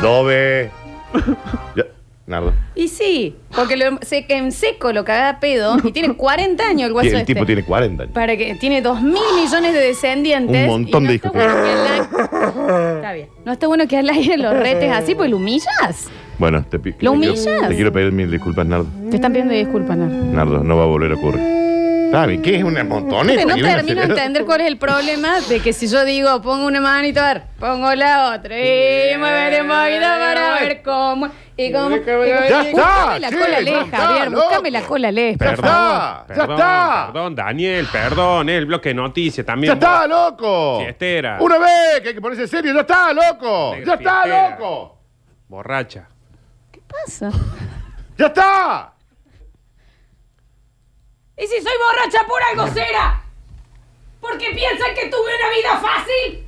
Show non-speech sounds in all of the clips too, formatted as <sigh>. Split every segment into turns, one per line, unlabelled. dos veces. Ya, Nardo.
Y sí, porque lo, se, en seco lo cagaba pedo y tiene 40 años el guaso
el
este.
tipo tiene 40 años.
Para que tiene 2 mil millones de descendientes.
Un montón
y
de
está
hijos.
bueno que al aire- Está bien. No está bueno que al aire los retes así, pues lo humillas.
Bueno, te, pi-
¿Lo
te quiero-
humillas?
Te quiero pedir mil disculpas, Nardo.
Te están pidiendo disculpas, Nardo.
Nardo, no va a volver a ocurrir. ¿Sabes qué es una montoneta?
Porque no
que viene a
termino de
acelerar?
entender cuál es el problema de que si yo digo pongo una manito, a ver, pongo la otra y muévete un poquito para ver cómo. Y cómo. y cómo-
Ya
y Buscame
está,
la
che,
cola
ya
lejos,
está,
Javier.
loco.
Buscame la cola lejos, por favor.
¡Perdón! ¡Ya está!
Perdón, Daniel, perdón. El bloque de noticias
¡Ya
también.
está, loco!
Fiestera.
¡Una vez! Que hay que ponerse serio. ¡Ya está, loco!
Negra
¡Ya está,
fiestera.
loco!
Borracha.
Pasa.
¡Ya está!
Y si soy borracha por algo será. Porque piensan que tuve una vida fácil.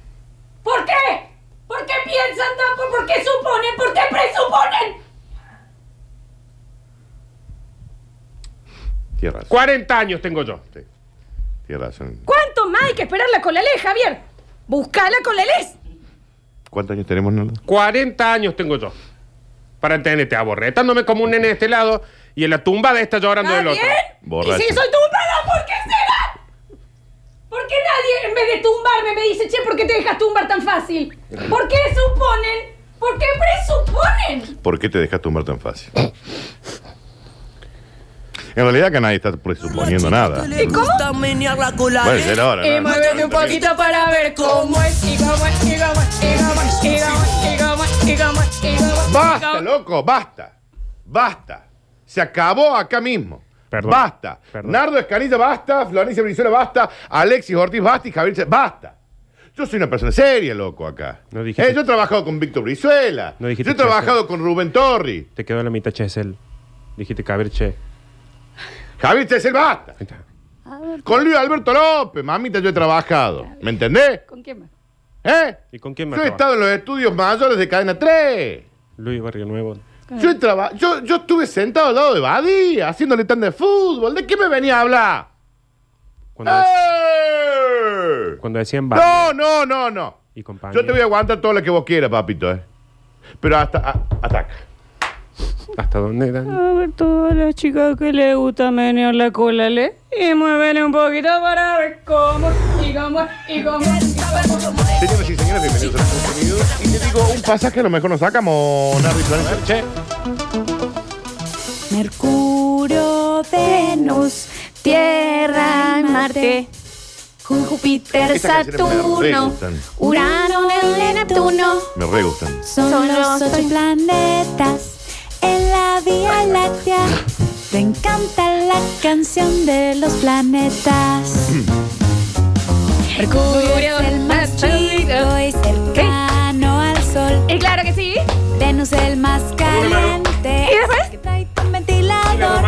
¿Por qué? ¿Por qué piensan tan por, por qué suponen? ¿Por qué presuponen?
Tienes razón.
40 años tengo yo.
Tienes razón.
¿Cuánto más hay que esperar la colalés, Javier? Busca la colalés.
¿Cuántos años tenemos, Nardo?
40 años tengo yo. Para entenderte, aborretándome como un nene de este lado y en la tumba de esta llorando del otro.
¿Y
Borracha.
si soy tumbada? ¿Por qué será? Porque nadie en vez de tumbarme me dice, che, ¿por qué te dejas tumbar tan fácil? ¿Por qué suponen? ¿Por qué presuponen?
¿Por qué te dejas tumbar tan fácil? En realidad que nadie está presuponiendo nada.
¿Y cómo?
menear la cola.
Bueno, ya era hora,
Y
¿no?
muévete Eh, un poquito para ver cómo es. Y cómo es, y cómo es, y cómo es, y cómo es, y cómo es, y cómo es, y cómo es.
¡Basta, loco! ¡Basta! ¡Basta! Se acabó acá mismo.
Perdón.
Basta.
Perdón.
Nardo Escanilla, basta. Florencia Brizuela, basta. Alexis Ortiz, basta. Y Javier, Che- basta. Yo soy una persona seria, loco, acá.
No dijiste-
Eh, yo he trabajado con Víctor Brizuela.
No
yo
dijiste
he trabajado con Rubén Torri.
Te quedó la mitad Chesel. Dijiste que a ver, che.
Javier Chesel, basta.
Ahí está.
Con Luis Alberto López, mamita, yo he trabajado. ¿Me entendés?
¿Con quién más?
¿Eh?
¿Y con quién me
Yo he
acabas?
estado en los estudios mayores de Cadena 3.
Luis Barrio Nuevo.
Yo, he traba- yo, yo estuve sentado al lado de Badía, haciéndole tan de fútbol. ¿De qué me venía a hablar?
Cuando, dec-
¡Eh!
cuando decían Barrio
Ah. No, no, no, no.
y compañía.
Yo te voy a aguantar todo lo que vos quieras, papito, ¿eh? Pero hasta... a- hasta acá.
¿Hasta dónde,
Ah.
Dan?
A ver, todas las chicas que le gusta menear la cola, le. Y muévele un poquito para ver cómo. Y cómo es, y cómo es, y cómo es.
Señoras y señores, bienvenidos a Estados Unidos. Y te digo un pasaje, a lo mejor nos sacamos, Nardi Florencia. Che.
Mercurio, Venus, Tierra, Marte, Júpiter,
Estas canciones me re
Saturno,
gustan.
Urano, el Neptuno,
Me re gustan.
Son los ocho planetas en la Vía Láctea. Te encanta la canción de los planetas.
Mm. Mercurio,
El más chido y cercano al Sol.
Y claro que sí.
Venus el más caliente. Que trae tu ventilador.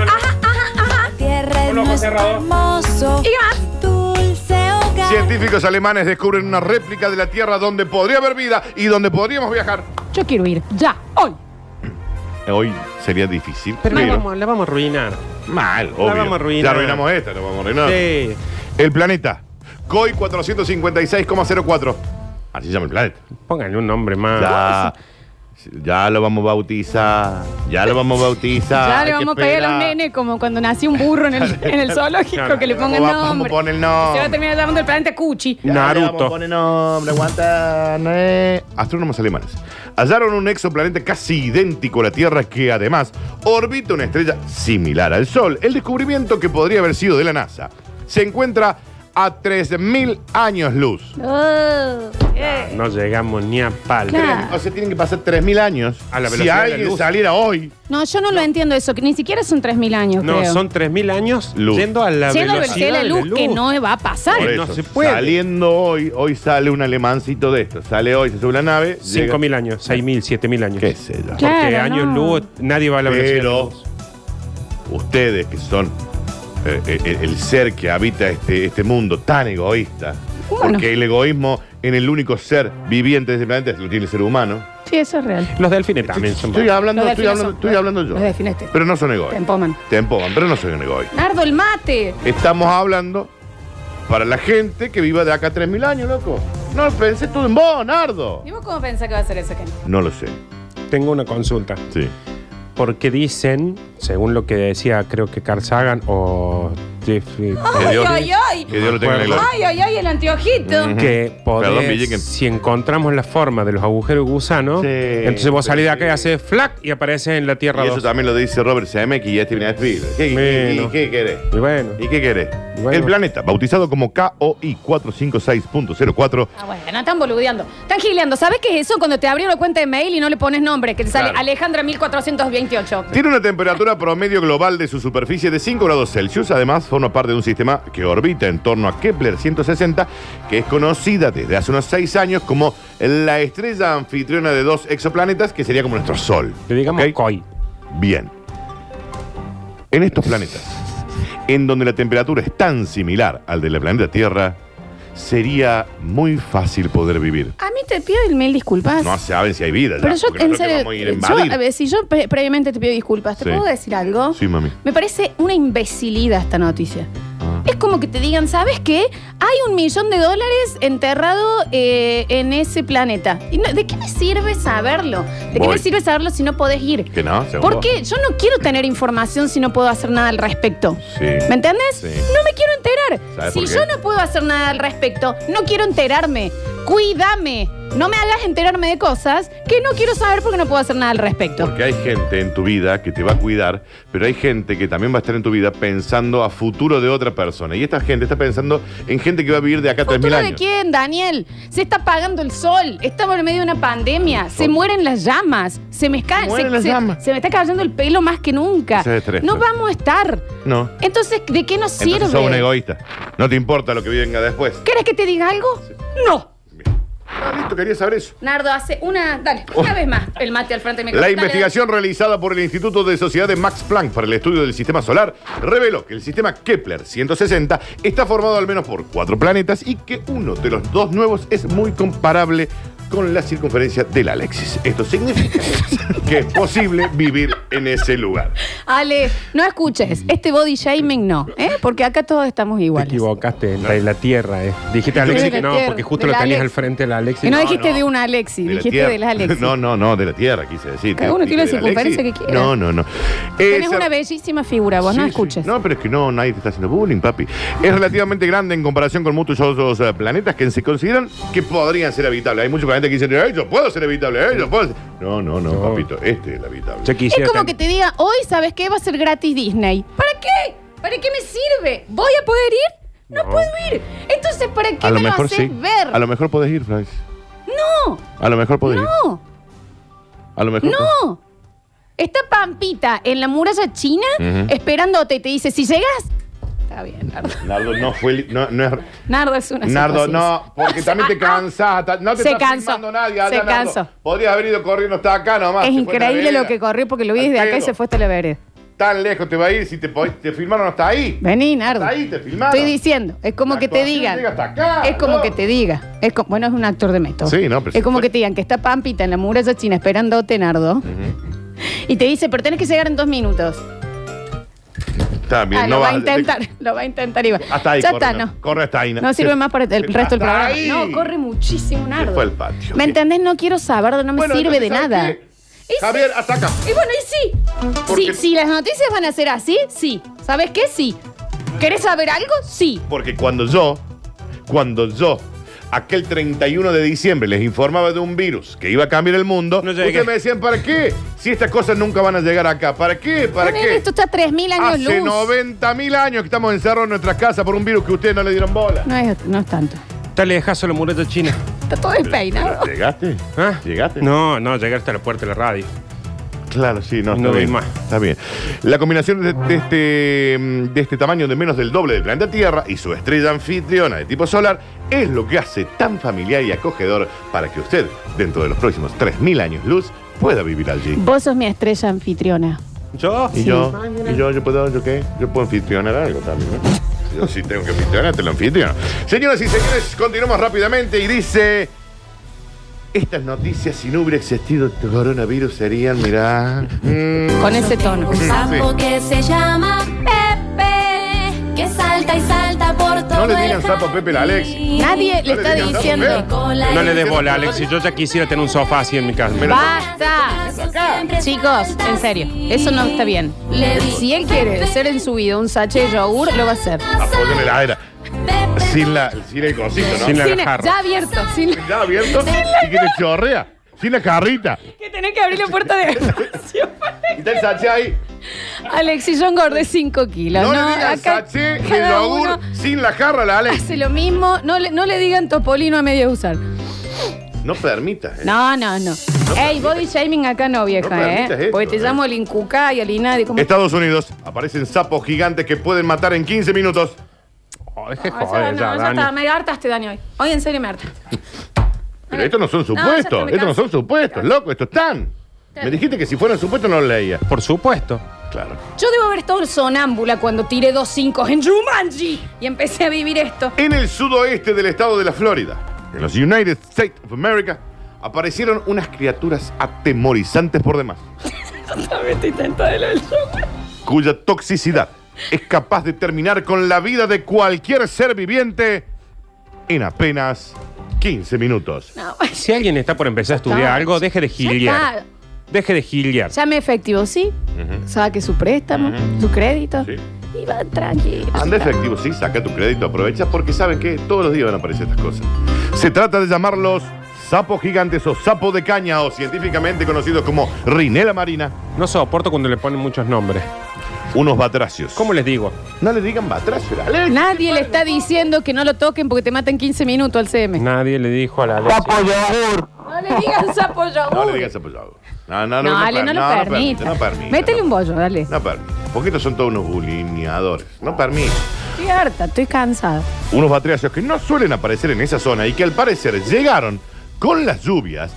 cerrado.
hermoso,
¿Y qué más?
dulce hogar.
Científicos alemanes descubren una réplica de la Tierra donde podría haber vida y donde podríamos viajar.
Yo quiero ir ya, hoy.
Eh, Hoy sería difícil,
Pero
pero,
la vamos, la vamos a arruinar.
mal, obvio.
vamos a arruinar.
Ya arruinamos esta, la vamos a arruinar.
Sí.
El planeta. COI 456,04. Así se llama el planeta.
Pónganle un nombre más.
Ya, ya lo vamos a bautizar. Ya lo vamos a bautizar.
ya
Ah, hay
le
que
vamos a pegar a un
esperar.
nene como cuando nació un burro en
<laughs>
el, en el zoológico
Claro.
que le pongan
Vamos, vamos,
nombre.
pon el
Se va a
nombre.
terminar llamando el planeta Cuchi.
Ya le vamos a
Naruto.
poner nombre, aguanta. ne. Astrónomos alemanes hallaron un exoplaneta casi idéntico a la Tierra que además orbita una estrella similar al Sol. El descubrimiento que podría haber sido de la NASA se encuentra a 3.000 años luz.
Oh, eh.
No llegamos ni a pal.
Claro.
O sea, tienen que pasar 3.000 años.
A la
si
velocidad de la
alguien
luz.
saliera hoy,
No, yo no, lo entiendo eso, que ni siquiera son 3.000 años,
No,
creo.
son 3.000 años
Luz.
yendo a la
Siendo
velocidad
velocidad de la luz, que no va a pasar.
Por
no
eso,
se puede.
Saliendo hoy, hoy sale un alemancito de estos. Sale hoy, se sube la nave. llega-
5.000 años, 6.000, 7.000 años.
Qué sé yo.
Claro,
Porque
no.
años luz nadie va a la velocidad de la
Pero
luz.
ustedes que son eh, eh, el, el ser que habita este, este mundo tan egoísta,
Humano.
porque el egoísmo en el único ser viviente de este planeta lo tiene el ser humano.
Sí, eso es real.
Los delfines también son
Estoy hablando,
Los
estoy
delfines
hablando,
son-
estoy hablando yo.
los delfines te-
Pero no son egoístas.
te empoman.
Te empoman, pero no soy un egoísta.
este. Nardo, el mate.
Estamos hablando para la gente que viva de acá a 3.000 años, loco. No pensé todo en vos, Nardo.
¿Y vos cómo pensás que va a ser eso, gente?
No lo sé.
Tengo una consulta.
Sí.
Porque dicen, según lo que decía, creo que Carl Sagan o Jeffrey
Que Dios,
ay, ay!
que Dios lo tenga en la gloria.
¡Ay, ay, ay! El anteojito.
que podés-
Perdón, Guille, que-
si encontramos la forma de los agujeros gusanos,
Sí,
entonces vos salís de acá y
sí.
haces flac y apareces en la Tierra
Y eso
2.
también lo dice Robert Zemeckis y Steven Spielberg. ¿Qué, qué,
Bueno.
qué- qué querés?
Y bueno,
¿Y qué querés?
Bueno.
El planeta, bautizado como KOI 456.04,
Ah, bueno, están boludeando. Están gileando. ¿Sabes qué es eso cuando te abrieron la cuenta de mail y no le pones nombre? Que te sale
Claro.
Alejandra 1428.
tiene una temperatura promedio global de su superficie de 5 grados Celsius. Además, forma parte de un sistema que orbita en torno a Kepler 160, que es conocida desde hace unos 6 años como la estrella anfitriona de dos exoplanetas, que sería como nuestro Sol.
le digamos
¿Ok?
COI.
Bien. En estos planetas, en donde la temperatura es tan similar al de la planeta Tierra, sería muy fácil poder vivir.
A mí te pido mil disculpas.
No saben si hay vida. ya,
Ah, Pero yo,
porque
en
nosotros
serio, eh,
vamos a ir a
yo, a
invadir.
ver, si yo pre- previamente te pido disculpas, ¿te
Sí.
puedo decir algo?
Sí, mami.
Me parece una imbecilidad esta noticia. Es como que te digan, ¿sabes qué? Hay un millón de dólares enterrado eh, en ese planeta. ¿Y no- ¿De qué me sirve saberlo? ¿De qué
Voy.
me sirve saberlo si no podés ir?
Que no, según
¿Por
vos.
qué? Yo no quiero tener información si no puedo hacer nada al respecto.
Sí.
¿Me entiendes?
Sí.
No me quiero enterar.
¿Sabes
Si
por qué?
yo no puedo hacer nada al respecto, no quiero enterarme. Cuídame. No me hagas enterarme de cosas que no quiero saber porque no puedo hacer nada al respecto.
Porque hay gente en tu vida que te va a cuidar, pero hay gente que también va a estar en tu vida pensando a futuro de otra persona. Y esta gente está pensando en gente que va a vivir de acá a 3.000
¿Futuro de
años.
quién, Daniel? Se está apagando el sol. Estamos en medio de una pandemia. Se
sol.
mueren las llamas. Se me, esca-
Se mueren
se-
las
se-
llamas.
se me está cayendo el pelo más que nunca.
Ese es estrés,
no
Flor.
vamos a estar.
No.
Entonces, ¿de qué nos
Entonces sos un
sirve?
egoísta. No te importa lo que venga después.
¿Querés que te diga algo? No.
Ah, listo, quería saber eso.
Nardo hace una. Dale, una
Oh.
vez más el mate al frente de mi
La
Dale,
investigación realizada por el Instituto de Sociedades Max Planck para el estudio del sistema solar reveló que el sistema Kepler 160 está formado al menos por cuatro planetas y que uno de los dos nuevos es muy comparable con la circunferencia del Alexis.
<laughs>
Esto significa que es posible vivir en ese lugar.
Ale, no escuches.
Mm.
Este body shaming no, ¿eh? Porque acá todos estamos
Te
iguales.
equivocaste, en la Tierra. eh. Dijiste a
Sí,
Alexis
de
que
la
no,
Tierra,
porque justo
de
lo
la
tenías
Alex.
al frente de la Alexis.
Que no,
No,
dijiste
no.
de una Alexi,
De la
dijiste
tierra.
de las Alexi.
<laughs> No, no, no, de la Tierra quise decir.
Cada uno tiene la
De la
circunferencia
Alexis.
que quiera.
No, no, no.
Tienes
Esa-
una bellísima figura, vos no
Sí,
escuches.
sí. No, pero es que no, nadie te está haciendo bullying, papi. Es relativamente grande en comparación con muchos otros eh, planetas que se consideran que podrían ser habitables. Hay muchos planetas que dicen, "Ey, yo puedo ser habitable, ey, yo puedo ser-". No, no, no,
No.
papito, este es el habitable.
Yo
Es
quisiera
como que
tener-
te diga, hoy, ¿sabes qué? Va a ser gratis Disney. ¿Para qué? ¿Para qué me sirve? ¿Voy a poder ir? No,
No.
puedo ir. Entonces, ¿para qué
a lo
me
mejor
lo haces
sí.
ver?
A lo mejor podés ir, Francis.
No,
A lo mejor podés ir.
no,
A lo mejor. podés-
no. Está Pampita en la muralla china
Ujú.
esperándote y te dice, si llegas, está bien, Nardo.
Nardo no fue. li- No, no es-
Nardo es una
Nardo,
psicosis.
no,
<laughs>
porque también te cansás. ta- No te
ah. Se
está
cansó,
filmando nadie. allá,
se
Nardo.
cansó.
Podrías haber ido corriendo hasta acá nomás.
Es
te Ah, fue a la
increíble lo
vereda.
que corrió porque lo vi
Al
desde acá y
pedo.
se fue hasta la vereda.
Tan lejos te va a ir si te, po- te filmaron hasta ahí.
Vení, Nardo.
Hasta ahí te filmaron.
Estoy diciendo, es como
La
que te
actuación
digan.
llega hasta acá,
es como
¿no?
que te diga. Es co- bueno, es un actor de método.
Sí, no, pero
Es como
sí.
que te digan que está Pampita en la muralla china esperándote, Nardo. Y te dice, pero tenés que llegar en dos minutos.
También,
Ah,
no
lo va a
vas-
intentar, <laughs> lo va a intentar y va.
Hasta ahí.
Ya
corre,
está,
no.
no.
Corre hasta ahí.
No sirve más para el, el resto del programa. No, corre muchísimo, Nardo.
fue al patio.
¿Me entendés? No quiero saber, no me
Bueno,
sirve de
entonces, ¿sabes
nada.
qué?
Y sí.
Javier, ataca.
Y bueno, y sí. Sí,
Porque-
Si las noticias van a ser así, sí. ¿Sabes qué? Sí. ¿Querés saber algo? Sí.
Porque cuando yo, cuando yo, aquel 31 de diciembre les informaba de un virus que iba a cambiar el mundo,
No llegué.
ustedes me decían, ¿para qué? Si estas cosas nunca van a llegar acá, ¿para qué? ¿Para
Ponele,
qué?
Esto está 3.000 años
Hace
luz.
90.000 años que estamos encerrados en nuestras casas por un virus que ustedes no le dieron bola.
No es, no es tanto.
Está lejazo la muralla china.
Está todo despeinado.
¿Llegaste?
¿Ah?
¿Llegaste?
No, no, llegué hasta la puerta de la radio.
Claro, sí, no,
No
está
doy
bien.
más.
Está bien. La combinación de, de este, mm, de este tamaño de menos del doble del planeta Tierra y su estrella anfitriona de tipo solar es lo que hace tan familiar y acogedor para que usted, dentro de los próximos 3.000 años luz, pueda vivir allí. Ah,
Vos sos mi estrella anfitriona.
¿Yo?
Y yo, y yo, yo puedo, yo qué, yo puedo anfitrionar algo también, ¿no? Yo sí tengo que anfitrionar, te lo anfitriono. Señoras y señores, continuamos rápidamente y dice. Estas noticias, si no hubiera existido el coronavirus, serían, mirá. mm,
Con ese tono.
Un sapo
Sí.
que se llama Pepe, que salta y salta por todo
le
el
digan sapo a Pepe la
jardín.
Alexis.
Nadie le
No le
está
digas,
diciendo.
Nardo,
Cola
No
y
le des bola, Alex. Si yo ya quisiera tener un sofá así en mi casa.
Mira.
¡Basta!
Siempre
Chicos,
salta
en serio, eso no está bien. Si él quiere hacer en su vida un sachet de yogur, lo va a hacer.
Apóyame la era. Sin la. Sin el cosito, ¿no?
Sin la
Sin-
jarra.
ya abierto. sin-
Ya abierto. Y que te chorrea. Sin la carrita.
<laughs> que tenés que abrir la puerta de espacio. <laughs>
Y está el sachet ahí.
Alexis, yo engordé 5 kilos.
No, le digan
acá
sachet de
cada
yogur
uno
sin la jarra, la Alex.
Hace lo mismo, no le, no le digan topolino a medio usar.
No permitas, ¿eh?
No, no, no. Ey, body shaming acá no, vieja,
No
¿eh?
permitas esto,
Porque te
eh.
llamo el Incuca y el Inadi. Como...
Estados Unidos. Aparecen sapos gigantes que pueden matar en 15 minutos. Ah,
Oh, deje
No, ya,
joder, ya,
no, ya
Dani.
está, me hartaste, Dani, hoy. Hoy en serio me hartaste.
Pero estos no son
ya está,
supuestos.
me
estos no
canso.
son supuestos, loco. Estos están. Me dijiste que si fueran supuestos no los leía.
Por supuesto.
Claro.
Yo debo haber estado sonámbula cuando tiré dos cinco en Jumanji y empecé a vivir esto. <laughs>
En el sudoeste del estado de la Florida, en los United States of America, aparecieron unas criaturas atemorizantes por demás,
Totalmente intentada del
cuya toxicidad es capaz de terminar con la vida de cualquier ser viviente en apenas 15 minutos.
No,
Si alguien está por empezar a estudiar
No.
algo, deje de
ya,
giliar.
está.
Deje de giliar.
ya me efectivo, ¿sí? Saque su préstamo, su crédito.
Sí.
Y va tranquilo.
Anda efectivo, sí, saca tu crédito, aprovecha, porque saben que todos los días van a aparecer estas cosas. Se trata de llamarlos sapos gigantes o sapos de caña o científicamente conocidos como rinela marina,
No soporto cuando le ponen muchos nombres.
unos batracios.
¿Cómo les digo?
No le digan batracio, Alex.
Nadie le está diciendo que no lo toquen porque te matan 15 minutos al CM. No,
Nadie le dijo a la Alexis.
le digan sapo yogur.
No le digas apoyado. No, no,
No,
no.
Ale, no
per-
lo permite.
No permite.
Métele
no-
un bollo, dale.
No permite. Porque estos son todos unos bulineadores. No permite.
Estoy harta, estoy cansada.
Unos batracios que no suelen aparecer en esa zona y que al parecer llegaron con las lluvias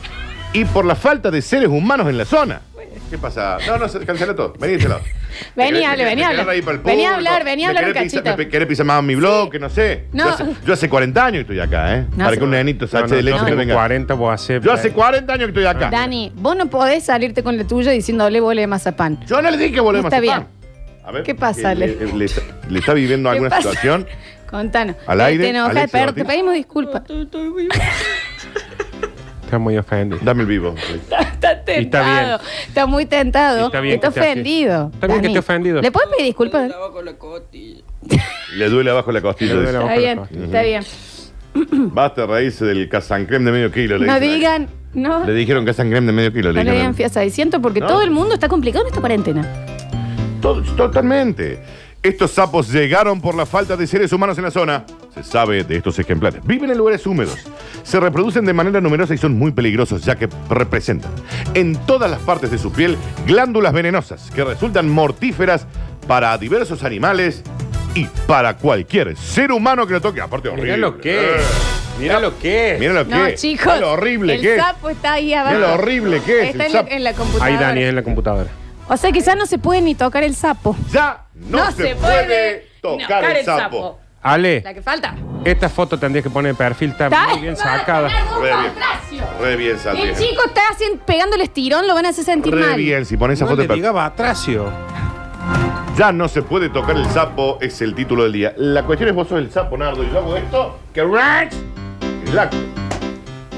y por la falta de seres humanos en la zona. ¿Qué pasa? No, no, se cancela todo. Vení, este lado.
<laughs> Vení,
Me querés-
Ale,
me
vení,
querés
Ale.
ahí para el
Vení a
público.
hablar, vení a
Me
hablar un
querés pisar-
cachito.
me pe- ¿Querés pisar más a mi blog? Que no sé.
No.
Yo, hace, yo hace 40 años que estoy acá, ¿eh?
No,
para
hace-
que un nenito
No,
sache
no,
de leche
yo
me
tengo
venga.
40, vos hace.
Yo hace 40 años que estoy acá.
Dani, vos no podés salirte con la tuya diciéndole vole de mazapán.
Yo no le dije que volvemos
Está
a
bien.
pan. A ver,
¿Qué pasa,
eh,
Ale?
eh, le, está- le está viviendo
<laughs> ¿Qué
alguna
pasa?
situación?
Contanos.
Al
Te-
aire,
Te enojas,
Alexis
pero te
Ortiz.
pedimos disculpas.
Está muy ofendido.
Dame el vivo.
<laughs> Está
Y está bien.
tentado. Está muy tentado.
Y está bien que esté así.
ofendido.
Está bien que
Dani.
esté ofendido.
¿Le puedes pedir disculpas?
Le duele abajo la costilla.
Le duele
Está
dice.
abajo. Ojo,
bien,
ojo.
está bien.
Basta raíz del casancrem de medio kilo. le
No
dicen.
digan, no.
Le dijeron casancrem de medio kilo.
No le digan
dijeron.
fiasa de ciento porque
No.
todo el mundo está complicado en esta cuarentena.
To- Totalmente. Estos sapos llegaron por la falta de seres humanos en la zona. Se sabe de estos ejemplares. Viven en lugares húmedos. Se reproducen de manera numerosa y son muy peligrosos ya que representan en todas las partes de su piel glándulas venenosas que resultan mortíferas para diversos animales y para cualquier ser humano que lo toque. Aparte horrible. Eh,
Mirá lo que es. Mirá lo que es.
Mirá lo que
No,
es.
chicos.
Mirá lo horrible
el
que es.
sapo está ahí abajo.
Mirá lo horrible que es.
Está
el
en la,
sapo.
en la computadora.
Ahí Dani es en la computadora.
O sea que ya no se puede ni tocar el sapo.
Ya no, se, puede tocar el sapo.
Ale,
La que falta.
esta foto tendrías que poner de perfil, está
¿Está?
muy bien sacada.
Re bien. Re bien, Sandra.
El chico está haciendo, pegándole estirón, lo van a hacer sentir
Re
mal.
bien, si pones esa
No
foto de
le
perfil.
diga Batracio.
Ya no se puede tocar el sapo, es el título del día. La cuestión es vos sos el sapo, Nardo, y yo hago esto, que rach, el acto.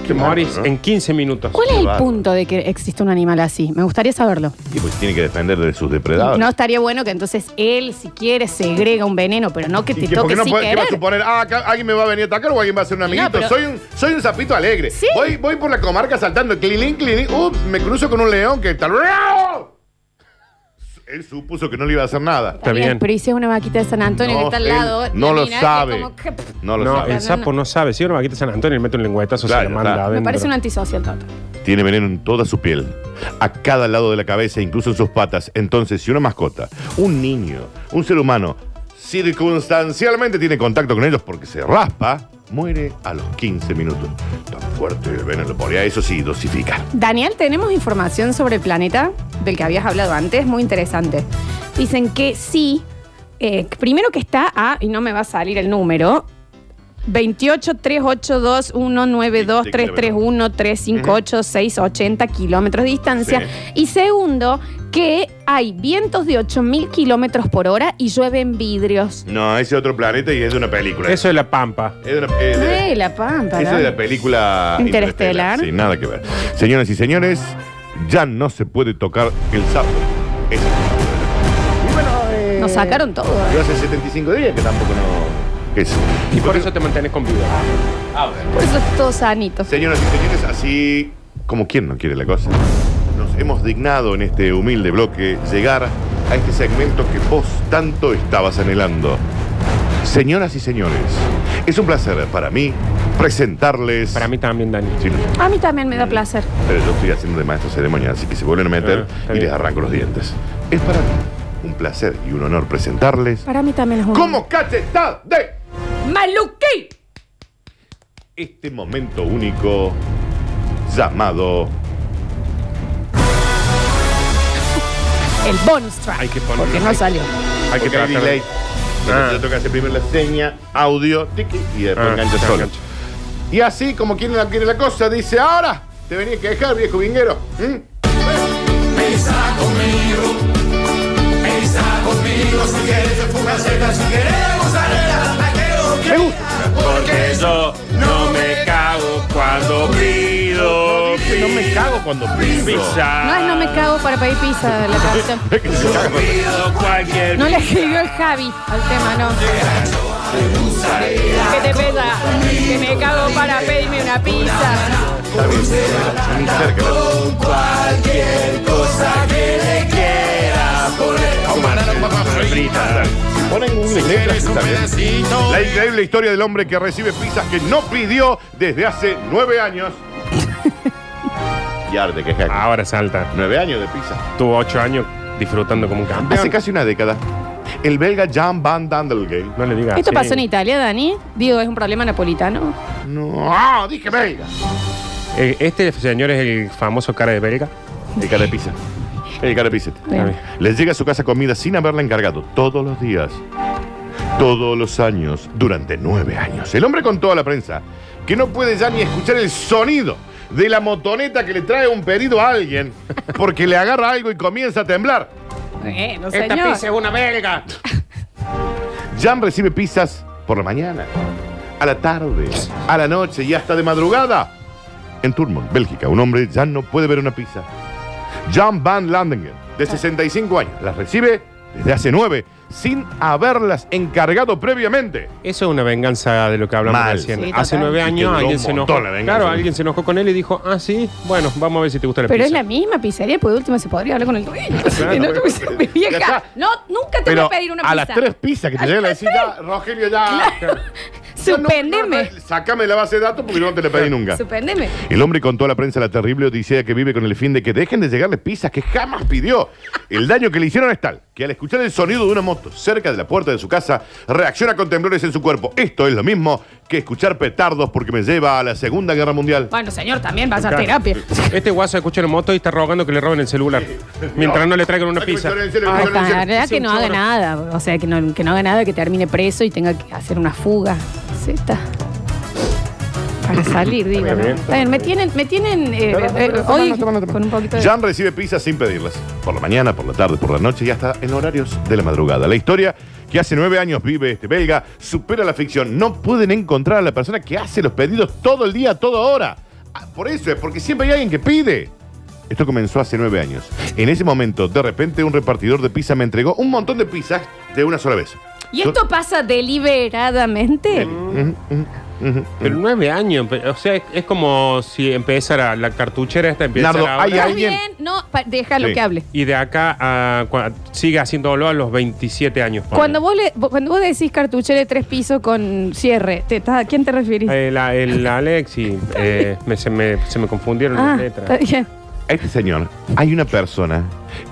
Te morís
bárbaro, ¿no?
en 15 minutos.
¿Cuál es el
Bárbaro.
punto de que existe un animal así? Me gustaría saberlo.
Y pues tiene que defender de sus depredadores.
No estaría bueno que entonces él, si quiere, segrega un veneno, pero no que
¿Y
te
que,
toque
porque no
sin
puede, ¿Qué va a
querer.
suponer? Ah, acá alguien me va a venir a atacar o alguien va a ser un amiguito.
pero-
soy, un, soy un sapito alegre.
Sí.
Voy, voy por la comarca saltando. Clinín, clinín. Ups, me cruzo con un león que tal. Él supuso que no le iba a hacer nada.
Está bien.
Pero hice una vaquita de San Antonio que está al
él
lado.
No
la
lo
mina que
sabe.
como que- pff,
No lo
No,
sabe.
el sapo no sabe. Si una vaquita de San Antonio y le mete un lengüetazo,
Claro,
se la manda
claro.
Me
adentro.
parece un antisocial, Toto.
Tiene veneno en toda su piel, a cada lado de la cabeza, incluso en sus patas. Entonces, si una mascota, un niño, un ser humano, circunstancialmente tiene contacto con ellos porque se raspa, muere a los 15 minutos. Tan fuerte el veneno, podría eso sí, dosificar.
Daniel, tenemos información sobre el planeta del que habías hablado antes, muy interesante. Dicen que sí, eh, primero que está a, y no me va a salir el número, 28 382 192 331 358 680 kilómetros de distancia.
Sí.
Y segundo, que hay vientos de 8000 kilómetros por hora y llueven vidrios.
No, ese es otro planeta y es de una película.
Eso es la pampa.
Es de una, es de-
¡Eh, la pampa!
Esa
¿no?
es la película
Interestelar.
Sí, nada que ver. Señoras y señores, ya no se puede tocar el sapo. Es- Y bueno, eh,
Nos sacaron todo.
yo hace 75 días que tampoco no. ¿Qué es?
Y por eso te mantenés con vida.
Por eso es todo sanito.
Señoras y señores, así como quien no quiere la cosa, nos hemos dignado en este humilde bloque llegar a este segmento que vos tanto estabas anhelando. Señoras y señores, es un placer para mí presentarles.
Para mí también, Dani.
Sí, no.
A mí también me da placer.
Pero yo estoy haciendo de maestro ceremonia, así que se vuelven a meter
Ah, está
y
bien.
les arranco los dientes. Es para mí un placer y un honor presentarles.
Para mí también es un...
¡Como cachetada de
¡Maluquí!
este momento único llamado.
El bonus track.
Hay que poner-
Porque no salió.
Hay que
Porque hay
tratar.
delay.
de- Ah.
Yo tengo que hacer primero la seña, audio, tiki, y después
Ah,
engancha
se
solo.
engancha.
Y así, como quien la quiere la cosa, dice: Ahora te venía que dejar, viejo vinguero. ¿Mm? Me gusta.
Porque yo no me cago cuando pido.
No me cago cuando piso.
No es no me cago para pedir pizza la canción.
<laughs> Es que se caga cuando
Pido cualquier.
No le escribió el Javi al tema, no. ¿Qué te pesa? Que me cago para pedirme una pizza.
Está bien, está muy cerca. Ponen un letras, está bien. La increíble historia del hombre que recibe pizzas que no pidió desde hace nueve años. y ahora te quejas.
Ahora salta.
Nueve años de pizza.
Tuvo ocho años disfrutando como un campeón.
Hace casi una década, el belga Jan van Dandelgay.
No le digas.
¿Esto
así.
pasó en Italia, Dani? Digo, ¿es un problema napolitano?
No, dije belga.
Eh, Este señor es el famoso cara de belga.
El cara de pizza. El cara de pizza.
Está bien.
Les llega a su casa comida sin haberla encargado todos los días, todos los años, durante nueve años. El hombre contó a la prensa que no puede ya ni escuchar el sonido de la motoneta que le trae un pedido a alguien porque le agarra algo y comienza a temblar.
Bueno, Eh, señor.
una belga.
Jan recibe pizzas por la mañana, a la tarde, a la noche y hasta de madrugada. En Turmont, Bélgica, un hombre ya no puede ver una pizza. Jan Van Landingen,
Ah.
de 65 años, las recibe desde hace nueve, sin haberlas encargado previamente.
Eso es una venganza de lo que hablamos
Mal.
recién.
Sí,
Hace
total.
nueve
Y que
años
duró
alguien
un
se enojó.
montón la venganza.
Claro, alguien se enojó con él y dijo, ah, sí, bueno, vamos a ver si te gusta la
Pero es
pizza.
la misma pizzería, porque de última se podría hablar con el dueño. <laughs>
Claro. pues.
No, no, no, mi vieja,
Ya está.
no, nunca te voy a pedir una pizza.
a las tres pizzas que te
A
llegan,
las
decís, ya, Rogelio, ya.
Claro.
No, no,
Supéndeme.
no, no, sácame la base de datos porque yo no te la pedí nunca.
Supéndeme.
El hombre contó a la prensa la terrible odisea que vive con el fin de que dejen de llegarle pizzas que jamás pidió. El daño que le hicieron es tal que al escuchar el sonido de una moto cerca de la puerta de su casa, reacciona con temblores en su cuerpo. Esto es lo mismo que escuchar petardos porque me lleva a la Segunda Guerra Mundial.
Bueno, señor, también vas a
Claro.
terapia.
Este guaso escucha la moto y está rogando que le roben el celular. Mientras no le traigan una
Ay,
pizza.
Florencia,
Ay,
Florencia,
para verdad que
sí,
no haga
bueno.
nada. O sea, que no, que no haga nada, que termine preso y tenga que hacer una fuga. Zeta. <coughs> Para salir, digo. ¿no?
bien.
Está bien, me tienen, me tienen eh, eh, hoy con un poquito de.
Jan recibe pizzas sin pedirlas. Por la mañana, por la tarde, por la noche y hasta en horarios de la madrugada. La historia que hace nueve años vive este belga supera la ficción. No pueden encontrar a la persona que hace los pedidos todo el día, a toda hora. Ah, Por eso es, porque siempre hay alguien que pide. Esto comenzó hace nueve años. En ese momento, de repente, un repartidor de pizza me entregó un montón de pizzas de una sola vez.
¿Y esto pasa deliberadamente?
Pero nueve años, pe- o sea, es, es como si empezara la cartuchera esta empieza
Nardo, hay
¿Estás
alguien-
bien? No, pa- déjalo
Sí.
que hable.
y de acá a cua- sigue haciéndolo a los 27 años.
Cuando vos, le, vos- cuando vos decís cartuchera de tres pisos con cierre, te, ta- ¿a quién te referís?
El, Eh, el
<laughs>
Alex y eh, me- se, me, se me confundieron
ah,
las
está
letras.
bien.
A este señor hay una persona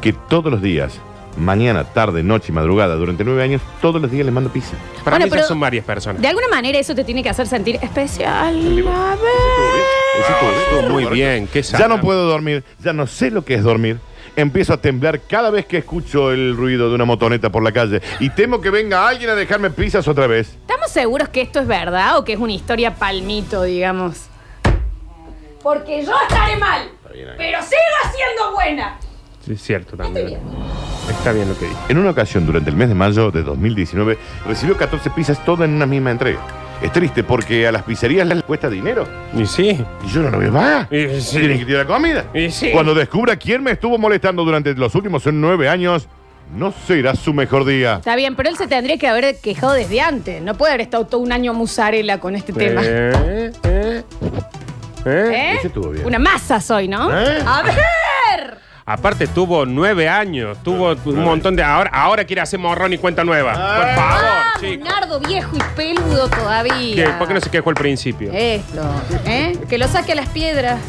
que todos los días, mañana, tarde, noche y madrugada, durante nueve años, todos los días le manda pizza.
Para
Bueno,
mí ya
pero-
son varias personas.
De alguna manera eso te tiene que hacer sentir especial. A ver.
Ah, Estuvo muy bien, qué
Ya
sana.
no puedo dormir, ya no sé lo que es dormir. Empiezo a temblar cada vez que escucho el ruido de una motoneta por la calle y temo que venga alguien a dejarme pizzas otra vez.
¿Estamos seguros que esto es verdad o que es una historia palmito, digamos?
Porque yo estaré mal.
bien, ahí.
Pero sigo siendo buena.
Sí, es cierto también. Está bien lo que dije.
En una ocasión, durante el mes de mayo de 2019, recibió 14 pizzas todas en una misma entrega. Es triste porque a las pizzerías les cuesta dinero
Y sí.
y yo no lo veo más.
Y sí.
Tienen que tirar la comida.
Y sí.
Cuando descubra quién me estuvo molestando durante los últimos nueve años, no será su mejor día.
Está bien, pero él se tendría que haber quejado desde antes. No puede haber estado todo un año musarela con este tema.
Eh, eh, eh.
¿Eh?
ese estuvo bien.
Una masa soy, ¿no?
¿Eh?
A ver.
Aparte tuvo nueve años, tuvo un montón de... Ahora, ahora quiere hacer morrón y cuenta nueva. Por
Ah,
favor, chicos.
Leonardo viejo y peludo todavía.
¿Qué? ¿Por qué no se quejó al principio?
Esto, ¿eh? Que lo saque a las piedras.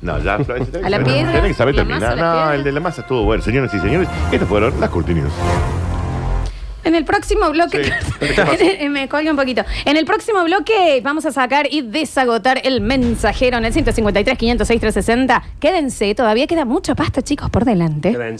No, ya, Florencia,
<laughs>
tenés
¿A la
que saber-
piedra?
tenés que saber
¿La masa,
terminar.
la
No,
piedra?
el de la masa estuvo bueno. Señoras y señores, estas fueron las cortinas.
En el próximo bloque.
Sí. ¿Qué
<laughs>
pasa?
Eh, Me colga un poquito. En el próximo bloque vamos a sacar y desagotar el mensajero en el 153, 506, 360. Quédense, todavía queda mucha pasta, chicos, por delante.
Quédense.